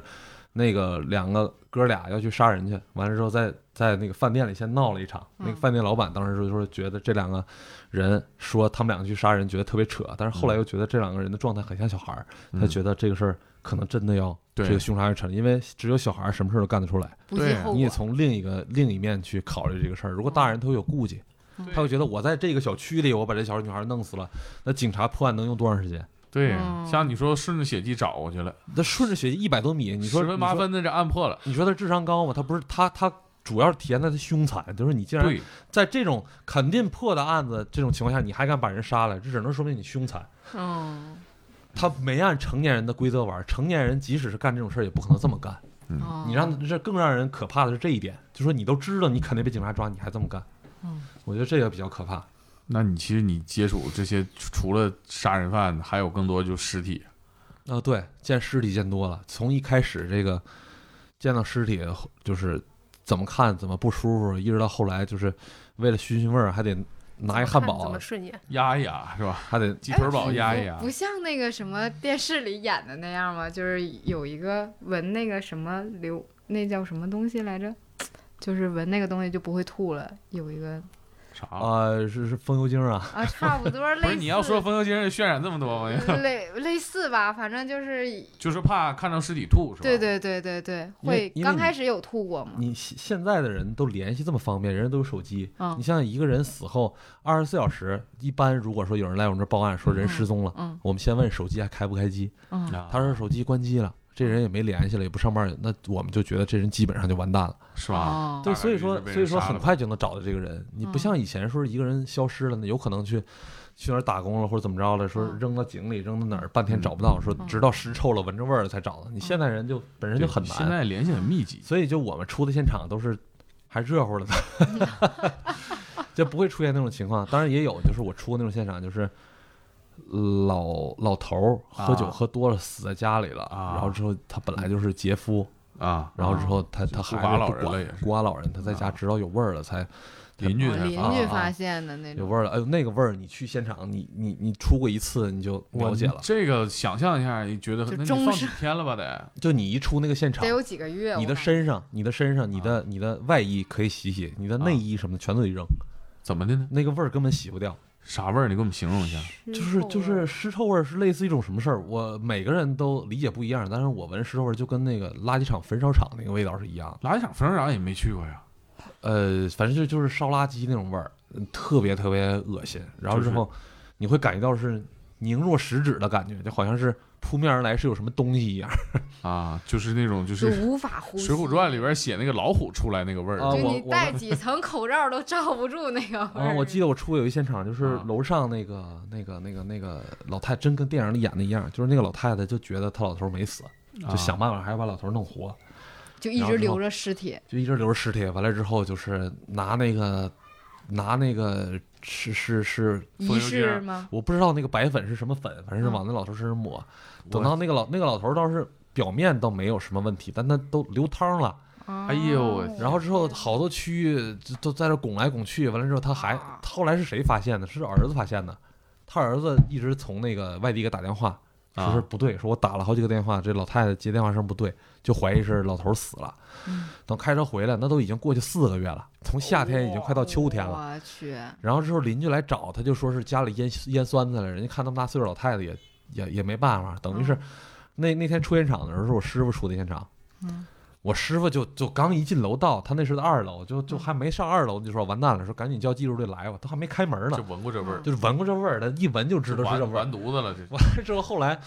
S3: 那个两个哥俩要去杀人去，完了之后在在那个饭店里先闹了一场。那个
S4: 嗯
S3: 饭店老板当时就说觉得这两个人说他们两个去杀人，觉得特别扯，但是后来又觉得这两个人的状态很像小孩儿，他
S1: 嗯
S3: 觉得这个事儿可能真的要
S1: 对
S3: 这个凶杀要成，因为只有小孩儿什么事儿都干得出来。
S4: 不计
S1: 对啊
S4: 后
S3: 你也
S4: 果。
S3: 从另一个另一面去考虑这个事儿。如果大
S4: 哦
S3: 人他会有顾忌，
S4: 嗯
S3: 他会觉得我在这个小区里，我把这小女孩弄死了，那警察破案能用多长时间？
S1: 对，
S4: 嗯
S1: 像你说顺着血迹找过去了，
S3: 那顺着血一百多米，你说
S1: 十分八，分的这案破了。
S3: 你说你说他智商高吗？他不是他他。主要是体现在他凶残，就是你竟然
S1: 对，
S3: 在这种肯定破的案子这种情况下，你还敢把人杀了，这只能说明你凶残。
S4: 嗯，
S3: 他没按成年人的规则玩，成年人即使是干这种事儿，也不可能这么干。
S4: 哦
S3: 你让这更让人可怕的是这一点，就说你都知道你肯定被警察抓，你还这么干，
S4: 嗯，
S3: 我觉得这个比较可怕。
S1: 那你其实你接触这些，除了杀人犯，还有更多就尸体。
S3: 啊、对，见尸体见多了，从一开始这个见到尸体就是怎么看怎么不舒服，一直到后来就是为了寻寻味儿，还得拿一汉
S5: 怎
S3: 堡
S5: 么，顺眼？
S1: 压一压是吧？
S3: 还得
S1: 鸡腿堡压
S3: 啊
S1: 一压
S4: 哎不，不像那个什么电视里演的那样嘛，就是有一个闻那个什么流，那叫什么东西来着？就是闻那个东西就不会吐了，有
S3: (laughs)
S4: 一个
S1: 啥？
S3: 啊、是是风油精啊，
S4: 啊，差不
S1: 不
S4: 多呃类
S1: 是
S4: 似。
S1: 你要说风油精染渲染这么多吗？
S4: 类类似吧，反正就是
S1: 就是怕看到尸体吐是吧？
S4: 对对对对对，
S3: 因为
S4: 会
S3: 因为
S4: 刚
S3: 你
S4: 开始有吐过嘛，
S3: 你现现在的人都联系这么方便，人人都有手机。
S4: 嗯
S3: 你想想，一个人死后二十四小时，一般如果说有人来我们这儿报案说人失踪了，
S4: 嗯
S3: 我们先问手机还开不开机，
S4: 嗯
S1: 啊，
S3: 他说手机关机了，这人也没联系了，也不上班，那我们就觉得这人基本上就完蛋了。
S1: 是吧？
S4: 哦
S3: 对，
S1: 大
S3: 所以
S1: 概率
S3: 说
S1: 是被
S3: 所以
S1: 人
S3: 说
S1: 杀
S3: 很
S1: 了
S3: 快就能找到这个人。你不
S4: 嗯
S3: 像以前说一个人消失了，呢，有可能去去哪儿打工了或者怎么着了，说
S4: 嗯
S3: 扔到井里扔到哪儿半天找不到，说
S4: 嗯
S3: 直到尸臭了闻着味儿了才找到。你现在人就本身就很
S1: 嗯现
S3: 难，
S1: 在联系很密集，
S3: 所以就我们出的现场都是还热乎了的，
S4: (laughs)
S3: 就不会出现那种情况。当然也有，就是我出那种现场就是。老老头儿喝酒
S1: 啊
S3: 喝多了，死在家里了，
S1: 啊
S3: 然后之后他本来就是杰夫，
S1: 啊，
S3: 然后之后他
S1: 哦
S3: 他
S1: 孤
S3: 孩
S1: 寡
S3: 子
S1: 老
S3: 不
S1: 人了
S3: 管
S1: 也是
S3: 孤寡老人，他在家
S1: 啊
S3: 直到有味儿了才
S1: 邻居
S4: 哦
S1: 才
S4: 邻
S3: 啊
S4: 居
S3: 啊
S4: 发现的那
S3: 有
S4: 种，
S3: 味儿了。哎呦，那个味儿，你去现场，你你你出过一次你就了解了。
S1: 这个想象一下，你觉得
S4: 就
S1: 那你
S4: 终
S1: 放几
S4: 身
S1: 天了吧得？
S3: 就你一出那个现场
S4: 得，有几个月。
S3: 你
S4: 我
S3: 的
S4: 感
S3: 身上、你的身上、你
S1: 啊
S3: 的你的外衣可以洗洗，你的内衣什么的全都得扔，
S1: 怎么的呢？
S3: 那个味儿根本洗不掉。
S1: 啥味儿？你给我们形容一下。
S4: 觉
S3: 就是
S4: 后
S3: 就
S4: 嗯味
S3: 是
S4: 儿
S3: 尸臭味儿是类似一种什么事儿？我每个人都理解不一样，但是我闻尸臭味儿就跟那个垃圾场、焚烧厂那个味道是一样的。
S1: 垃圾场、焚烧厂也没去过呀。
S3: 呃，反正就就是烧垃圾那种味儿，嗯特别特别恶心。然后之后，你会感觉到是凝若食指的感觉，就好像是扑面而来是有什么东西一样。
S1: 啊，就是那种就是
S4: 就
S1: 《
S4: 无法呼吸。
S1: 水浒传》里边写那个老虎出来那个味儿
S3: 啊
S4: 就
S3: 我
S4: 你
S3: 我
S4: 戴几层口罩都罩不住那个味
S3: 啊，
S4: 儿。
S3: 我记得我出过有一现场，就是
S1: 啊
S3: 楼上那个那个那个那个老太，真跟电影里演的一样，就是那个老太太就觉得她老头儿没死，
S1: 啊
S3: 就想办法还要把老头儿弄活，
S4: 就一
S3: 然后
S4: 直
S3: 之后
S4: 留着尸体，
S3: 就一直留着尸体。完了之后就是拿那个拿那个是是是，
S1: 风
S4: 仪
S1: 油
S4: 式
S1: 精
S4: 吗？
S3: 我不知道那个白粉是什么粉，反正是往那老头儿身上抹。等到那个老那个老头儿倒是表面倒没有什么问题，但他都流汤了。
S1: 哎呦我
S4: 哦
S3: 然后之后好多区域就都在这拱来拱去，完了之后他还
S4: 啊
S3: 后来是谁发现的？是儿子发现的。他儿子一直从那个外地给打电话，
S1: 啊
S3: 说是不对，说我打了好几个电话，这老太太接电话声不对，就怀疑是老头儿死了。
S4: 嗯
S3: 等开车回来，那都已经过去四个月了，从夏天已经快到秋天了。
S4: 我去，
S3: 然后之后邻居来找，他就说是家里腌腌酸菜了，人家看那么大岁数老太太也也也没办法，等于是那那天出现场的时候是我师傅出的现场，
S4: 嗯
S3: 我师傅就就刚一进楼道，他那是在二楼，就就
S4: 嗯
S3: 还没上二楼就说完蛋了，说赶紧叫技术队来吧，都还没开门呢
S1: 嗯就，闻过这味儿，
S3: 就是闻过这味儿，他一闻就知道是
S1: 完
S3: 这味儿
S1: 完。犊子了这。
S3: 完了之后，后来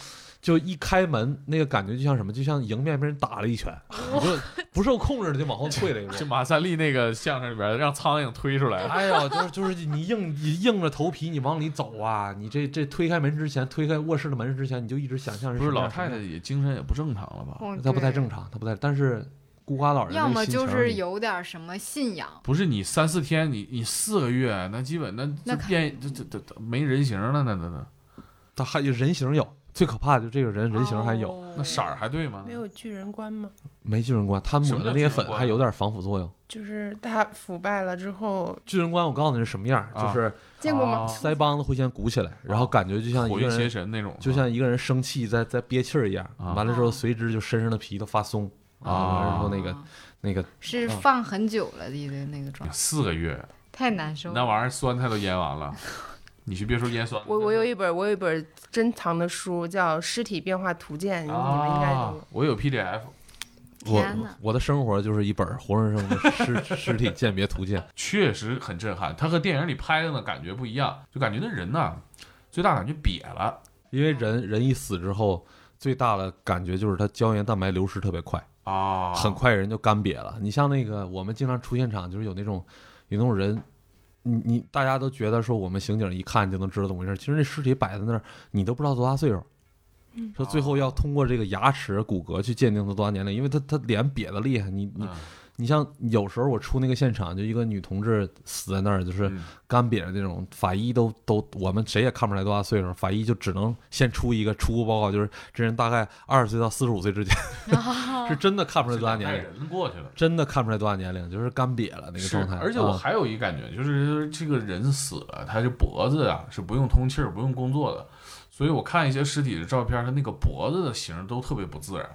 S3: 就一开门，那个感觉就像什么，就像迎面被人打了一拳，你就不受控制的就往后退了一步
S1: 就。马三立那个相声里边让苍蝇推出来，
S3: 哎呦，就是就是你硬你硬着头皮你往里走啊！你这这推开门之前，推开卧室的门之前，你就一直想象
S1: 不
S3: 什
S1: 是
S3: 么样
S1: 老太太，也精神也不正常了
S5: 嗯
S1: 吧？
S3: 她不太正常，她不太。但是孤寡老人
S4: 嗯要
S3: 那
S4: 么
S3: 心情
S4: 就
S3: 儿
S4: 是
S3: 你
S4: 有点什么信仰，
S1: 不是你三四天，你你四个月，那基本那
S4: 那
S1: 这
S4: 肯
S1: 变这这这这没人形了，那那那
S3: 他还有人形有，最可怕的就这个人人
S4: 哦
S3: 形还有，
S1: 那色儿还对吗？
S5: 没有巨人观吗？
S3: 没巨人观，他抹
S1: 什么
S3: 的
S1: 叫
S3: 那
S1: 巨
S3: 些
S1: 人啊
S3: 粉
S1: 观
S3: 还有点防腐作用。
S5: 就是他腐败了之后，
S3: 巨人观我告诉你是什么样儿，就
S1: 啊
S3: 是
S5: 见过吗？
S1: 啊
S3: 腮帮子会先鼓起来，然后感觉就像一
S1: 火
S3: 个
S1: 云邪
S3: 人，
S1: 神那种，
S3: 就像一个人生气在在憋气儿一样，
S1: 啊
S3: 完了之后
S4: 啊
S3: 随之就身上的皮都发松，
S4: 哦
S1: 啊
S3: 然后那个那个
S4: 是
S3: 啊
S4: 放很久了的一个那个状
S1: 啊
S4: 态，
S1: 四个月，
S4: 太难受了。
S1: 那玩意儿酸菜都腌完了，你去别说腌酸菜，
S5: 我我有一本我有一本珍藏的书叫《尸体变化图鉴》，你们应该
S1: 啊
S5: 都，
S1: 我有 PDF，
S3: 我
S4: 天哪
S3: 我的生活就是一本儿活生生的尸 (laughs) 尸体鉴别图鉴，
S1: 确实很震撼，它和电影里拍的呢感觉不一样，就感觉那人呐，最大感觉瘪了，
S3: 因为人人一死之后。最大的感觉就是他胶原蛋白流失特别快，
S1: 啊，
S3: 很快人就干瘪了。你像那个我们经常出现场，就是有那种有那种人，你你大家都觉得说我们刑警一看就能知道怎么回事，其实那尸体摆在那儿，你都不知道多大岁数。说最后要通过这个牙齿骨骼去鉴定他多大年龄，因为他他脸瘪的厉害。你你
S1: 嗯，
S3: 你像有时候我出那个现场，就一个女同志死在那儿，就是
S1: 嗯
S3: 干瘪的那种，法医都都我们谁也看不出来多大岁数，法医就只能先出一个初步报告，就是这人大概二十岁到四十五岁之间， (laughs) 是真的看不出来多大年
S1: 带
S3: 龄。
S1: 人过去了。
S3: 真的看不出来多大年龄，就是干瘪了那个
S1: 是
S3: 状态。
S1: 而且我
S3: 啊
S1: 还有一感觉，就是这个人死了，他这脖子啊是不用通气儿、不用工作的，所以我看一些尸体的照片，他那个脖子的形儿都特别不自然。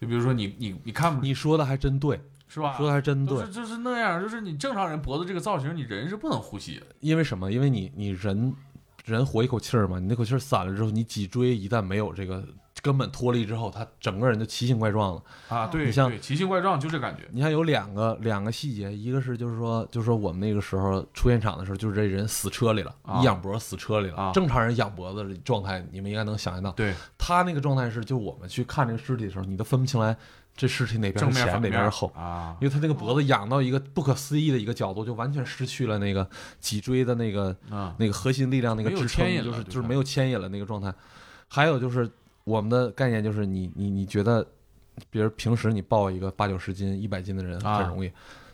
S1: 就比如说你你你看不
S3: 你说的还真对，
S1: 是吧？
S3: 说的还真
S1: 就
S3: 对
S1: 是，就是那样，就是你正常人脖子这个造型，你人是不能呼吸的。
S3: 因为什么？因为你你人人活一口气儿嘛，你那口气儿散了之后，你脊椎一旦没有这个根本脱离之后，他整个人就奇形怪状了。
S1: 啊，对
S3: 你像啊
S1: 对，奇形怪状就这感觉。
S3: 你看有两个两个细节，一个是就是说就是说我们那个时候出现场的时候，就是这人死车里了，
S1: 啊
S3: 一仰脖死车里了。
S1: 啊
S3: 正常人仰脖子的状态，你们应该能想象到。
S1: 对，
S3: 他那个状态是，就我们去看这个尸体的时候，你都分不清来这尸体哪边
S1: 正面
S3: 是前
S1: 反
S3: 哪
S1: 面
S3: 边是后。
S1: 啊
S3: 因，为他那个脖子仰到一个不可思议的一个角度，就完全失去了那个脊椎的那个
S1: 啊，
S3: 那个核心力量那个
S1: 没有
S3: 支撑
S1: 牵引，
S3: 就
S1: 了
S3: 是
S1: 对
S3: 就是
S1: 吧
S3: 没有牵引了那个状态。还有就是我们的概念就是你你你觉得，比如平时你抱一个八九十斤、一百斤的人
S1: 啊
S3: 很容易，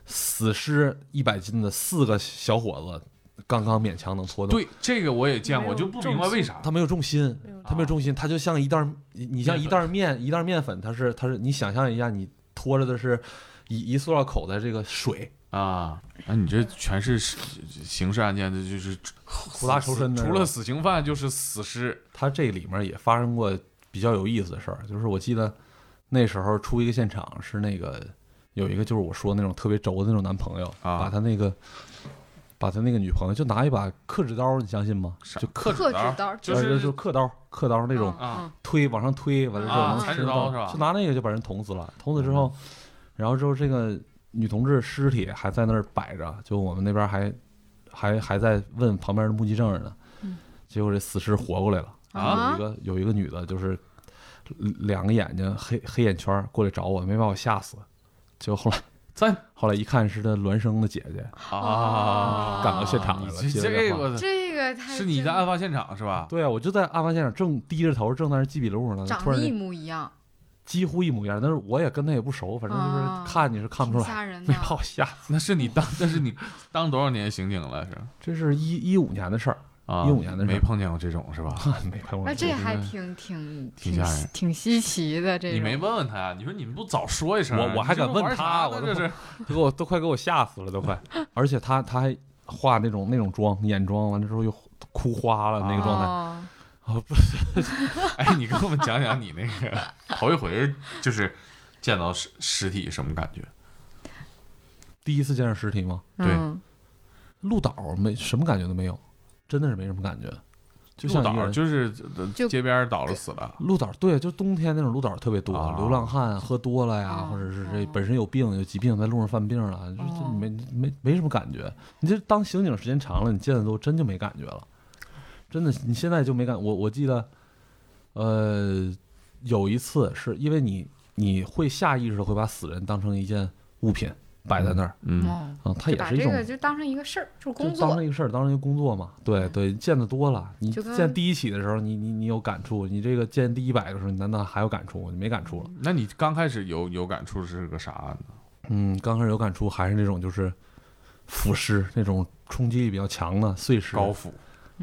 S3: 死尸一百斤的四个小伙子刚刚勉强能拖动，
S1: 对，这个我也见
S5: 没
S1: 过，
S5: 有
S1: 就不明白为啥啊
S3: 他没有重心，
S5: 没有
S3: 他没有重心，他就像一袋儿，你你像
S1: 面
S3: 一
S1: 粉
S3: 袋儿面，一袋儿面粉，它是它是，你想象一下，你拖着的是一一塑料口袋这个水，
S1: 啊。啊，你这全是刑事案件，这就是
S3: 苦大仇深的。
S1: 除了死刑犯就是死尸
S3: 他这里面也发生过比较有意思的事儿，就是我记得那时候出一个现场是那个有一个就是我说那种特别轴的那种男朋友，
S1: 啊
S3: 把他那个把他那个女朋友就拿一把刻指刀，你相信吗？
S1: 啥
S3: 就
S1: 刻
S4: 克
S1: 指
S4: 制
S1: 刀，
S4: 刀
S1: 就
S3: 呃
S1: 是
S3: 就刻刀，刻刀那种
S4: 嗯
S1: 啊
S3: 推往上推，完了之后
S1: 啊
S3: 能
S1: 裁
S3: 吃
S1: 纸刀
S3: 到，
S1: 是吧嗯
S3: 就拿那个就把人捅死了。捅死之后，然后之后这个女同志尸体还在那儿摆着，就我们那边还还还在问旁边的目击证人呢
S4: 嗯。
S3: 结果这死尸活过来了，有一
S4: 啊
S3: 个有一个女的，就是两个眼睛黑黑眼圈儿过来找我，没把我吓死。结果后
S4: (laughs)
S3: 来
S1: 赞
S3: 后来一看是她孪生的姐姐，
S4: 哦
S1: 啊，
S3: 赶到现场来
S1: 你
S3: 了
S1: 这
S3: 接着
S1: 这
S3: 干嘛
S1: 个
S4: 这个太
S1: 是你
S4: 真
S1: 在案发现场是吧？
S3: 对啊，我就在案发现场正低着头正在那儿记笔录呢，
S4: 长
S3: 突
S4: 得
S3: 然
S4: 一
S3: 间
S4: 模一样，
S3: 几乎一模一样，但是我也跟她也不熟，反正
S4: 啊
S3: 就是看你是看不
S4: 挺
S3: 出来，
S4: 吓人
S3: 没
S4: 的。啊
S3: 把我吓
S1: 那是你
S4: (laughs)
S1: 当，那是你当多少年刑警了是？
S3: 这是一一五年的事儿， (laughs)
S1: 啊，
S3: 15年的事儿
S1: 没碰见过这种是吧？
S3: 没看过。
S4: 那哎这
S1: 觉得
S4: 还挺挺
S1: 挺
S4: 挺
S1: 吓人
S4: 挺稀奇的，这
S1: 你没
S4: 种
S1: 问问他呀？你说你们不早说一声啊？
S3: 我我还敢问他
S1: 你
S3: 我
S1: 这不
S3: 都
S1: 玩啥呢这是
S3: 给我都快给我吓死了，都
S4: (laughs)
S3: 快。而且他他还化那种那种妆，眼妆完了之后又哭花了那个状态。
S4: 哦
S3: 啊不，
S1: 哎，你跟我们讲讲你那
S3: (laughs)
S1: 个头一回就是见到尸尸体什么感觉？
S3: 第一次见着尸体吗？
S1: 对
S4: 嗯
S3: 鹿岛没什么感觉都没有，真的是没什么感觉，就像一个
S1: 倒
S3: 人。
S1: 就是
S4: 就
S1: 街边倒了死了
S3: 鹿岛对，就冬天那种鹿岛特别多，
S1: 啊
S3: 流浪汉啊喝多了呀，
S4: 哦
S3: 或者是这本身有病有疾病，在路上犯病了，就就
S4: 哦
S3: 没没没什么感觉。你这当刑警时间长了，你见的多，真就没感觉了，真的，你现在就没感。我我记得呃，有一次是因为你你会下意识的会把死人当成一件物品摆在那儿
S2: 嗯，
S4: 哦，
S3: 啊，它
S4: 就
S3: 也
S4: 把
S3: 是一
S4: 这
S3: 种
S4: 个就当成一个事儿，就是
S3: 就
S4: 工
S3: 当成
S4: 作。嗯
S3: 一个事儿，当成一个工作嘛。对对，见得多了，你
S4: 就跟
S3: 见第一起的时候，你你你有感触，你这个见第一百个时候，你难道还有感触？你没感触了。啊
S1: 那你刚开始有有感触是个啥案呢？
S3: 嗯，刚开始有感触还是那种就是腐蚀那种冲击力比较强的碎石，
S1: 高腐，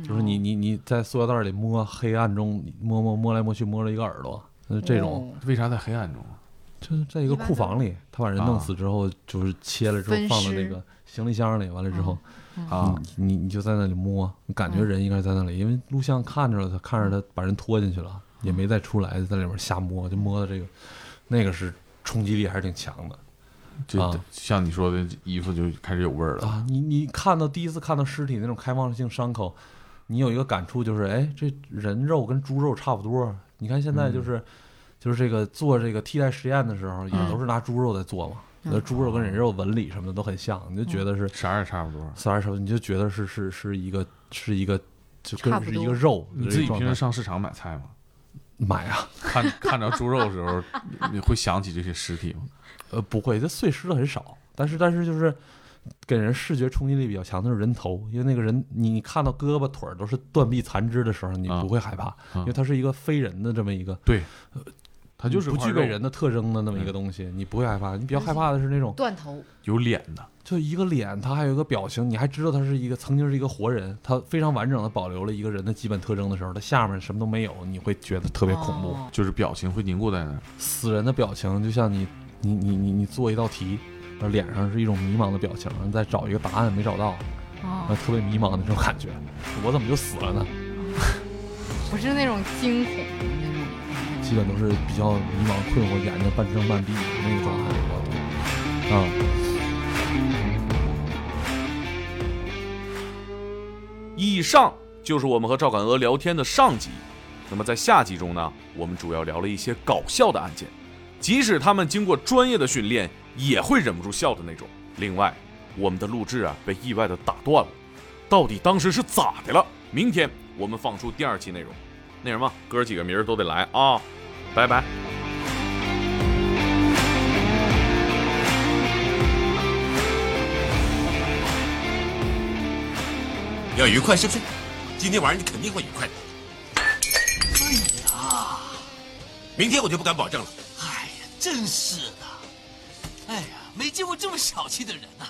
S3: 就是你你你在塑料袋里摸，黑暗中你摸摸摸来摸去摸了一个耳朵，就是这种。
S4: 哦
S1: 为啥在黑暗中啊？
S3: 就是在一个
S4: 一般
S3: 库
S4: 都
S3: 房里，他把人弄死之后，就是切了之后
S4: 分
S3: 放到那
S4: 尸
S3: 个行李箱里，完
S4: 哦
S3: 了之后，
S1: 啊
S3: 嗯你你你就在那里摸，你感觉
S4: 嗯
S3: 人应该在那里，因为录像看着了，他看着他把人拖进去了，也
S4: 嗯
S3: 没再出来，在里边瞎摸，就摸到这个，那个是冲击力还是挺强的
S1: 就、
S3: 啊
S1: 像你说的，衣服就开始有味儿了。
S3: 啊！你你看到第一次看到尸体那种开放性伤口，你有一个感触就是，哎，这人肉跟猪肉差不多。你看现在就是、就是这个做这个替代实验的时候，也
S4: 嗯
S3: 都是拿猪肉在做嘛。
S4: 嗯
S3: 那猪肉跟人肉纹理什么的都很像，你就觉得是
S1: 啥也差不多。
S3: 三二十，你就觉得是是是一个是一个就
S4: 差
S3: 跟
S4: 不
S3: 是
S4: 多
S3: 一个肉的
S1: 你
S3: 这
S1: 自己
S3: 状
S1: 平时
S3: 态
S1: 上市场买菜吗？
S3: 买
S1: (laughs)
S3: 啊，
S1: 看看着猪肉的时候，你你会想起这些尸体吗？
S3: 呃，不会，它碎尸的很少，但是但是就是给人视觉冲击力比较强的是人头，因为那个人你你看到胳膊腿儿都是断臂残肢的时候，你
S1: 啊
S3: 不会害怕，
S1: 啊
S3: 因为它是一个非人的这么一个，呃
S1: 它就是
S3: 不
S1: 块
S3: 具备
S1: 肉
S3: 人的特征的那么一个东西，你不会害怕，你比较害怕的是那种
S4: 断头，
S1: 有脸的，
S3: 就一个脸，它还有一个表情，你还知道它是一个曾经是一个活人，它非常完整的保留了一个人的基本特征的时候，它下面什么都没有，你会觉得特别恐怖。
S4: 哦
S1: 就是表情会凝固在那儿。
S3: 死人的表情就像你你你你你做一道题，然后脸上是一种迷茫的表情，然后再找一个答案没找到，然后
S4: 哦，
S3: 特别迷茫的那种感觉。我怎么就死了呢？
S4: 不是那种惊恐的那种。
S3: 基本都是比较迷茫、困惑，眼睛半睁半闭那个状态。我啊。
S2: 以上就是我们和赵敢鹅聊天的上集。那么在下集中呢，我们主要聊了一些搞笑的案件，即使他们经过专业的训练，也会忍不住笑的那种。另外，我们的录制啊被意外的打断了，到底当时是咋的了？明天我们放出第二期内容。那什么，哥几个明儿都得来啊，拜拜。
S6: 你要愉快是不是？今天晚上你肯定会愉快的。
S7: 哎呀，
S6: 明天我就不敢保证了。
S7: 哎呀，真是的！哎呀，没见过这么小气的人呐、